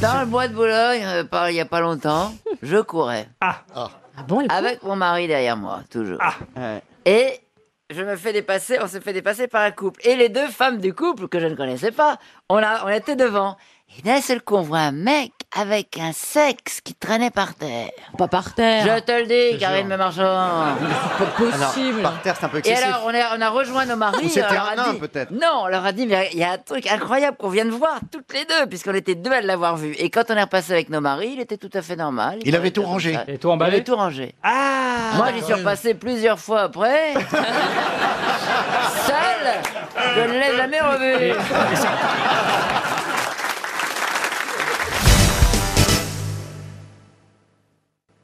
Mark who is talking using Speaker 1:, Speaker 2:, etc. Speaker 1: Dans le bois de Boulogne, euh, par- il n'y a pas longtemps, je courais.
Speaker 2: Ah.
Speaker 1: bon Avec mon mari derrière moi, toujours. Ouais. Et je me fais dépasser, on se fait dépasser par un couple. Et les deux femmes du couple, que je ne connaissais pas, on, a, on était devant. Et d'un seul coup, on voit un mec avec un sexe qui traînait par terre.
Speaker 3: Pas par terre.
Speaker 1: Je te Ah, le dis, Karine Le Marchand.
Speaker 4: Possible. par terre, c'est un peu
Speaker 1: Et
Speaker 4: excessif.
Speaker 1: alors, on a, on a rejoint nos maris.
Speaker 4: Ou c'était
Speaker 1: on leur
Speaker 4: un
Speaker 1: a
Speaker 4: nain,
Speaker 1: dit-
Speaker 4: peut-être.
Speaker 1: Non, on leur a dit, mais il y a un truc incroyable qu'on vient de voir toutes les deux, puisqu'on était deux à l'avoir vu. Et quand on est repassé avec nos maris, il était tout à fait normal.
Speaker 4: Il avait tout rangé.
Speaker 2: Et tout
Speaker 1: Il
Speaker 2: emballé
Speaker 1: avait tout rangé.
Speaker 2: Ah
Speaker 1: Moi, j'y suis repassé plusieurs fois après. Seul, je ne l'ai jamais revu.
Speaker 2: Et- et ça-